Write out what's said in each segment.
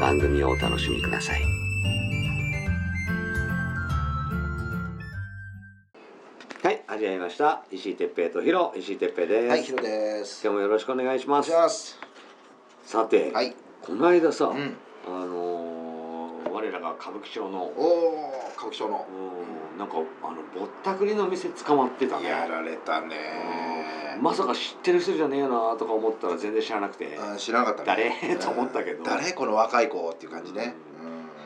番組をお楽しみください。はい、始まりました。石井哲平とヒロ、石井哲平です。はい、ヒロです。今日もよろしくお願いしまお願いすし。ます。さて、はい。この間さ、うん。あのー我らが歌舞伎町の、おお、歌舞伎町の。うん、なんかあのぼったくりの店捕まってたねやられたね。まさか知ってる人じゃねえなとか思ったら全然知らなくて、うん、知らなかったね。誰と思ったけどうん誰この若い子っていう感じね。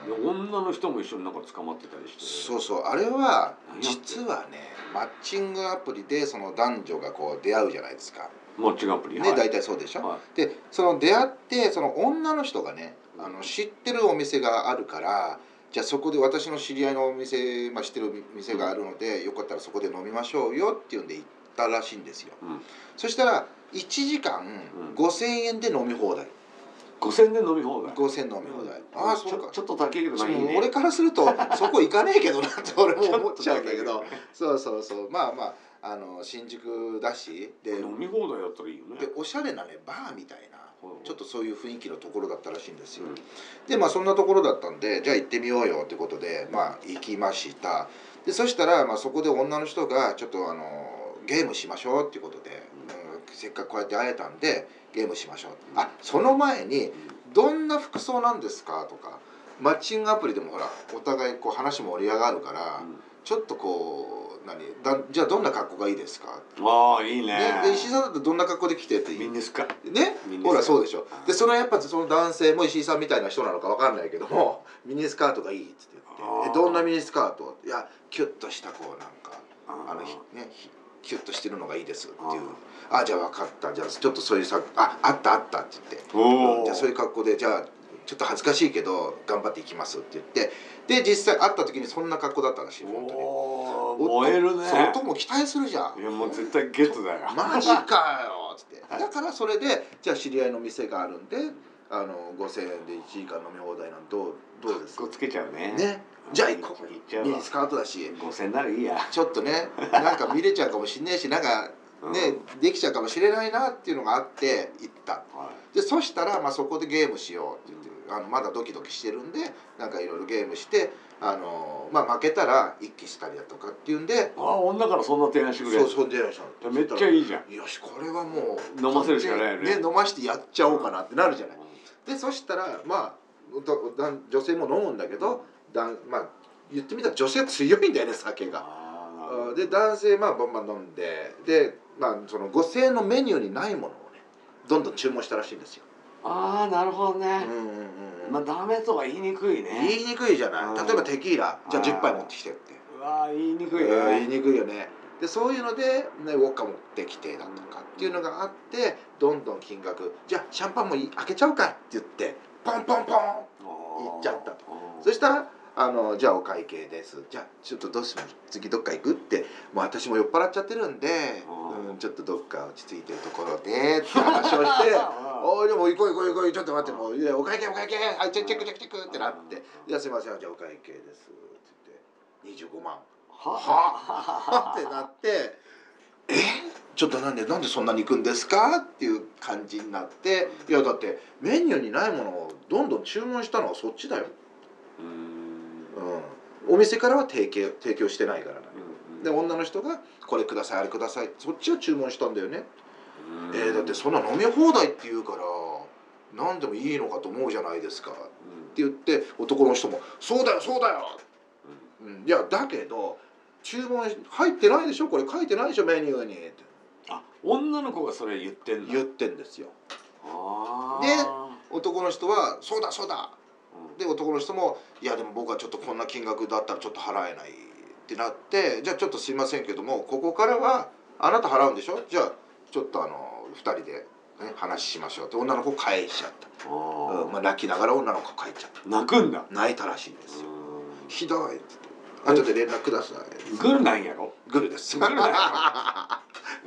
でうん女の人も一緒になんか捕まってたりしてそうそう、あれは何やってんの実はね、マッチングアプリでその男女がこう出会うじゃないですか。マッチングアプリね、はい大体そうでしょ。はで、その出会ってその女の人がね、あの知ってるお店があるから。じゃあそこで私の知り合いのお店、まあ、知ってる店があるのでよかったらそこで飲みましょうよっていうんで行ったらしいんですよいうん、そしたら1時間うん5000円で飲み放題5000円で飲み放題5000飲み放題ああそうかちょちょっと高いけどまあいい俺ねからするとそこ行かねえけどなって俺も思っちゃうんだけちょっどと高いそうそうそうまあまああの新宿だしでけど飲み放題だったらいいよねでおしゃれなねバーみたいなちょっとそういう雰囲気のところだったらしいんですよ、うんでまあそんなところだったんでじゃあ行ってみようよってことでまあ行きましたでそしたら、まあ、そこで女の人がちょっとあのゲームしましょうっていうことで、うんせっかくこうやって会えたんでゲームしましょう、うんあその前にうんどんな服装なんですかとかマッチングアプリでもほらお互いこう話も盛り上がるから、ちょっとこう何だじゃあどんな格好がいいですか、うんああいいねね、で石井さんだったらどんな格好で来てっていいみんなすかねミニスカほらそうでしょはいでそのやっぱその男性も石井さんみたいな人なのかわかんないけども ミニスカートがいいっつって言っあーてえどんなミニスカートいやキュッとしたこうなんかああのひねひキュッとしてるのがいいですっていうああじゃあ分かったじゃあちょっとそういうさああったあったって言っておうんおじゃあそういう格好でじゃあちょっと恥ずかしいけど頑張っていきますって言ってで実際会った時にそんな格好だったらしい本当におーお燃えるねそう男も期待するじゃんいやもう絶対ゲットだよマジかよっつってはいだからそれでじゃあ知り合いの店があるんであの5000円で1時間飲み放題なんてどうどうですこつけちゃうねねじゃあ行こ行っちゃううミわニスカートだし5000ならいいやちょっ とねなんか見れちゃうかもしんねえしなんかうんねできちゃうかもしれないなっていうのがあって行ったはでそしたら、まあ、そこでゲームしようって言ってあのまだドキドキしてるんでなんかいろいろゲームしてあの、まあ、負けたら一気したりだとかっていうんでいああ女からそんな提案してくれるそうそう出会いましためっちゃいいじゃんよしこれはもう飲ませるしかないよね飲ましてやっちゃおうかなってなるじゃないでそしたらまあ男男女性も飲むんだけどだまあ言ってみたら女性強いんだよね酒があうんーで男性まあバンバン飲んででまあその5000円のメニューにないものをねどんどん注文したらしいんですよ、あーなるほどうんねうんうんうんまあダメとは言いにくいね言いにくいじゃうなんい例えばテキーラじゃあはい10杯持ってきてってうわー言いにくいうん言いねにくいよねでそういうので、ね、ウォッカ持ってきてだとかっていうのがあってどんどん金額じゃあシャンパンもいい開けちゃうかって言ってポンポンポン行行っちゃったとと そしたらあの「じゃあお会計です」「じゃあちょっとどうします次どっか行く?」って「もう私も酔っ払っちゃってるんで、うんうん、ちょっとどっか落ち着いてるところで」って話を して「おいでも行こう行こう行こうちょっと待ってもういやお会計お会計はいチェックチェックチェックチェック」ってなって「じゃあすいませんじゃあお会計です」って言って25万。ははってなって「えちょっとなんでなんでそんなに行くんですか?」っていう感じになって「いやだってメニューにないものをどんどん注文したのはそっちだよ」うーんうん、お店からは提供提供してないからなうんで女の人が「これくださいあれください」そっちは注文したんだよね、うんえーだってそんな飲み放題って言うから何でもいいのかと思うじゃないですか」って言って男の人も「そうだよそうだよ」うん、いやだけど注文入ってないでしょこれ書いてないでしょメニューにってあ女の子がそれ言ってんだ言ってんですよあーで男の人は「そうだそうだ」うんで男の人も「いやでも僕はちょっとこんな金額だったらちょっと払えない」ってなって「じゃあちょっとすいませんけどもここからはあなた払うんでしょじゃあちょっとあの2人で、ね、話しましょう」って女の子返しちゃった、あーうんまあ、泣きながら女の子帰っちゃった泣くんだ泣いたらしいんですよ「ひどい」ってうん言って「後で連絡ください」グルなんやろグル ですグルだよ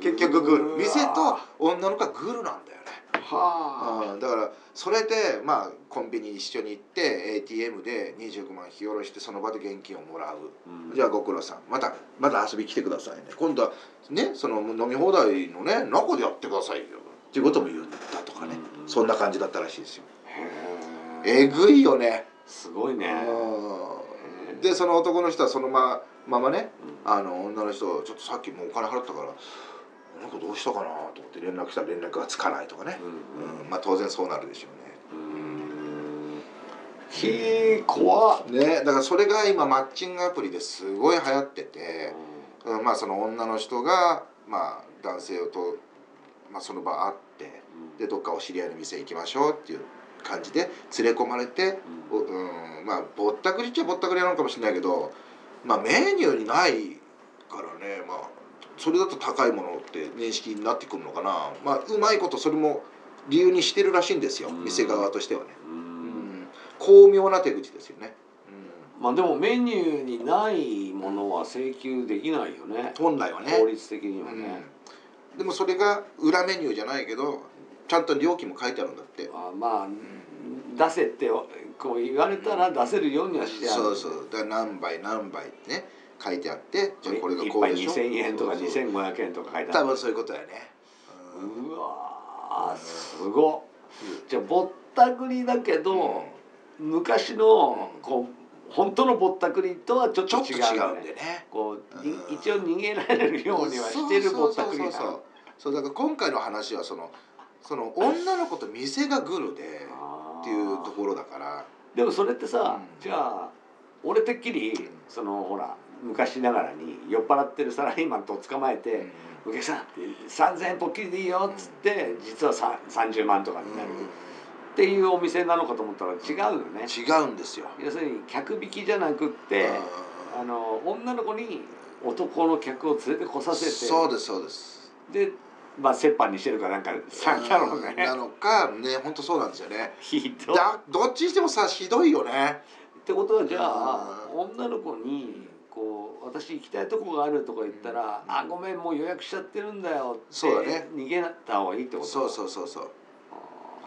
結局グうルわ店と女の子はグルなんだよねはああーだからそれでまあコンビニ一緒に行って ATM で25万引き下ろしてその場で現金をもらうじゃあご苦労さんまたまた遊び来てくださいね今度はねその飲み放題のね中でやってくださいよっていうことも言ったとかねうんそんな感じだったらしいですよへええぐいよねすごいねうんでその男の人はそのまままねあの女の人ちょっとさっきもうお金払ったからあの子どうしたかなと思って連絡したら連絡がつかないとかねう、んうん、まあ当然そうなるでしょうねうんひー怖っね、だからそれが今マッチングアプリですごい流行ってて、うんまあその女の人が、まあ、男性と、まあ、その場会ってでどっかお知り合いの店行きましょうっていう感じで連れ込まれて、おうん、まあぼったくりっちゃぼったくりなのかもしれないけど、まあ、メニューにないからね、まあ、それだと高いものって認識になってくるのかな、まあ、うまいことそれも理由にしてるらしいんですようん店側としてはね、ううんん、巧妙な手口ですよね、うんまあでもメニューにないものは請求できないよね本来はね法律的にはねうん、でもそれが裏メニューじゃないけどちゃんと料金も書いてあるんだって、あまあ出せってこう言われたら出せるようにはしてあるそうそうだから何倍何倍ってね書いてあってじゃあこれがこういっぱいでしょ2000円とかそうそう2500円とか書いてあ多る分そういうことだよね、うんうわーすごっじゃあぼったくりだけど、昔のうんこう本当のぼったくりとはちょっちとょっと違う,、違ね、うんでねこういうん一応逃げられるようにはしてるぼったくりそなうそうそうそうそうだから今回の話はそのその女の子と店がグルであーっていうところだからでもそれってさ、うんじゃあ俺てっきりうんそのほら昔ながらに酔っ払ってるサラリーマンと捕まえて、お客さん3,000円ポッキリでいいよ」っつって、実はさ30万とかになる、っていうお店なのかと思ったら違うよね、違うんですよ、要するに客引きじゃなくって、うんあの女の子に男の客を連れてこさせてそうですそうですでまあ折半にしてるかなんかさだろううんなねのかね本当そうなんですよねひどいっだどっちにしてもさひどいよねてことはじゃあう女の子にこう私行きたいとこがあるとか言ったら「うんあごめんもう予約しちゃってるんだよ」ってそうだね逃げた方がいいってことそうそううそうそう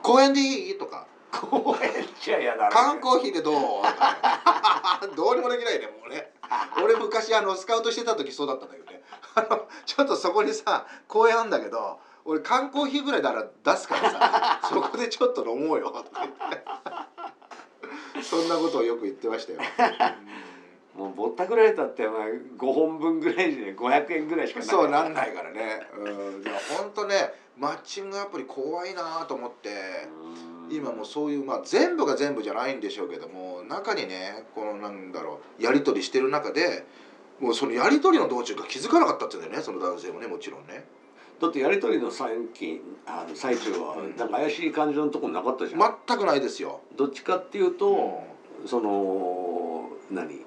公園でいいとか公園じゃ嫌だろうね缶コーヒーでどうとか どうにもできないねもう ね俺昔あのスカウトしてた時そうだったんだけどね あのちょっとそこにさ公園あんだけど俺缶コーヒーぐらいなら出すか らさそこでちょっと飲もうよとか言ってそんなことをよく言って ましたよ、もうぼったくられたってお前5本分ぐらいで500円ぐらいしかないそうなんないからね。うん、いや本当ね、マッチングアプリ怖いなと思って、今もうそういうまあ全部が全部じゃないんでしょうけども、中にね、このなんだろうやり取りしてる中で、もうそのやり取りの道中が気づかなかったって言うんだよね、その男性もね、もちろんね。だってやりとりの最近あの最中はうんなんか怪しい感じのとこなかったじゃん、全くないですよ。どっちかっていううと、その何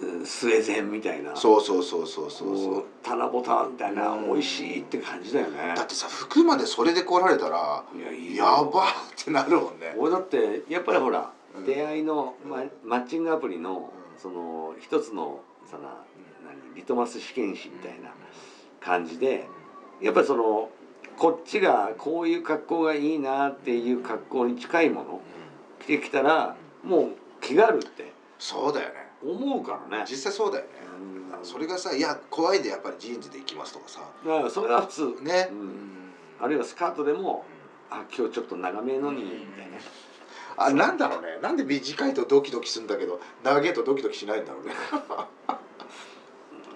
うん、うんスウェーデンみたいなそうそうそうそうこそううそう。棚ぼたみたいな、うん美味しいって感じだよねだってさ、服までそれで来られたら、いやいいやよばってなるもんね。俺だってやっぱりほら、うん出会いの、まうんマッチングアプリの、うんその一つのその何リトマス試験紙みたいな感じで、やっぱりそのこっちがこういう格好がいいなっていう格好に近いものうん着てきたらもう気があるってそうだよね。思うからね実際そうだよね。うんそれがさ「いや怖いんでやっぱりジーンズで行きます」とかさだからそれが普通ね、うんうんあるいはスカートでもうあ今日ちょっと長めのにみたいなあなんだろうねなんで短いとドキドキするんだけど長いとドキドキしないんだろうね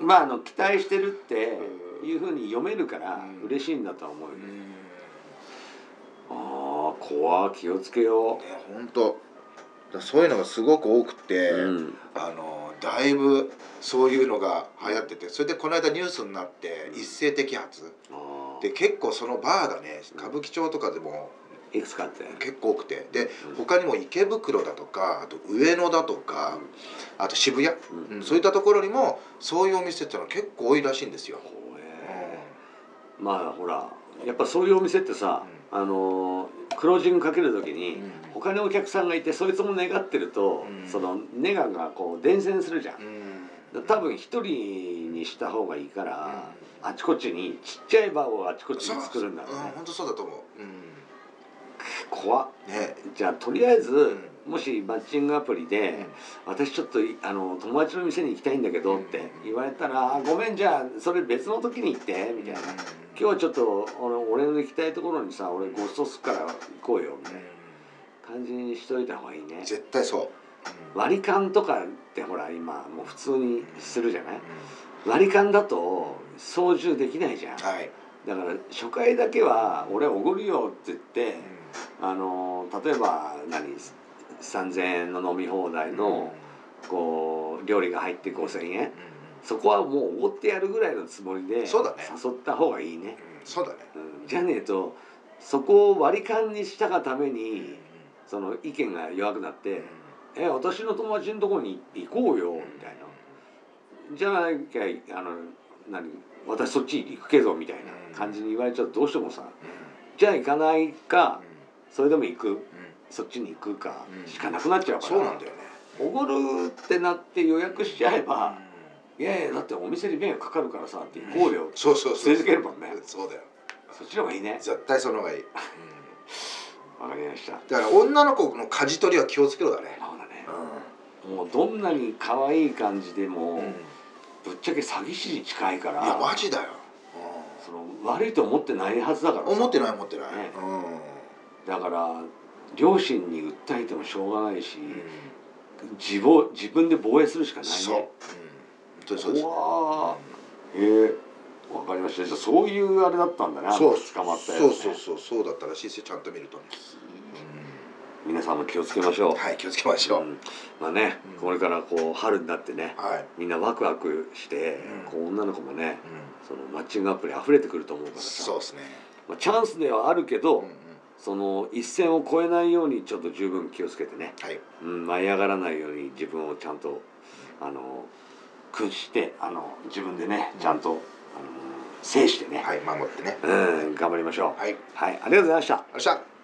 まああの期待してるってうんいうふうに読めるからうん嬉しいんだとは思うよ、ああー怖気をつけよね本当だそういうのがすごく多くて、う、うん、あのだいぶそういうのが流行っててそれでこの間ニュースになって一斉摘発あーで結構そのバーがね歌舞伎町とかでもいくつかあって結構多くてでうん他にも池袋だとかあと上野だとかあと渋谷、うんうんそういったところにもそういうお店っていうのは結構多いらしいんですよ。怖うんえまあほらやっぱそういうお店ってさ、あのークロージングかけるときに、他にお客さんがいてそいつも願ってると、うんそのネガがこう伝染するじゃん、うん多分一人にした方がいいから、うんあちこちにちっちゃいバーをあちこちに作るんだろうそううんね本当そうだと思う。うん怖っねじゃあとりあえず、うもしマッチングアプリで、私ちょっといあの友達の店に行きたいんだけどって言われたら、あごめんじゃあそれ別の時に行ってみたいな、今日日はちょっと俺俺の行きたいところにさ俺ごちそうすっから行こうよみたいな感じにしといた方がいいね絶対そう。うん割り勘とかってほら今もう普通にするじゃないうん割り勘だと操縦できないじゃんだかはい。ら初回だけは俺おごるよって言ってあの例えば何3,000円の飲み放題のこう料理が入って5,000円うんうんそこはもうおごってやるぐらいのつもりでそうだね誘った方がいいねうんそうだね。うんじゃねえとそこを割り勘にしたがためうんにその意見が弱くなっうてん「え私の友達のとこに行こうよ」みたいな。じゃなきゃあの何私そっち行くけどみたいな感じに言われちゃうとどうしてもさじゃあ行かないかそれでも行くうんうんそっちに行くかうんしかなくなっちゃうから、そうなんだよね。おごるってなって予約しちゃえばう「んいやいやだってお店に迷惑かかるからさ」って行こうよそうそうそう。続けるもんねそうだよ。そっちの方がいいね絶対その方がいい。うんわかりましただから女の子の舵取りは気をつけろだね。そうだねうもうどんなに可愛い感じでも、ん。いぶっちゃけ詐欺師に近いからやマジだよ。うんその悪いと思ってないはずだからさ思ってない思ってない、ねうだから両親に訴えてもしょうがないし、ん、自防自分で防衛するしかないねそう、うん、本当にそうですわーへえわかりましたじゃあそういうあれだったんだなそう捕まったやつ、そね、うそうそうそうだったらしいですよちゃんと見るとね、皆さんも気をつけましょう、うんはい気をつけましょう、うんまあねうんこれからこう春になってねはい、みんなワクワクして、うんこう女の子もねうん、そのマッチングアプリ溢れてくると思うからさそうですね、まあ、チャンスではあるけうど、んうん、その一線を越えないようにちょっと十分気をつけてね、はいうん、舞い上がらないように自分をちゃんとあの屈してあの自分でねちゃんと、あの制してね、はい守ってねうん頑張りましょうはいありがとうはい、ありがとうございましたございました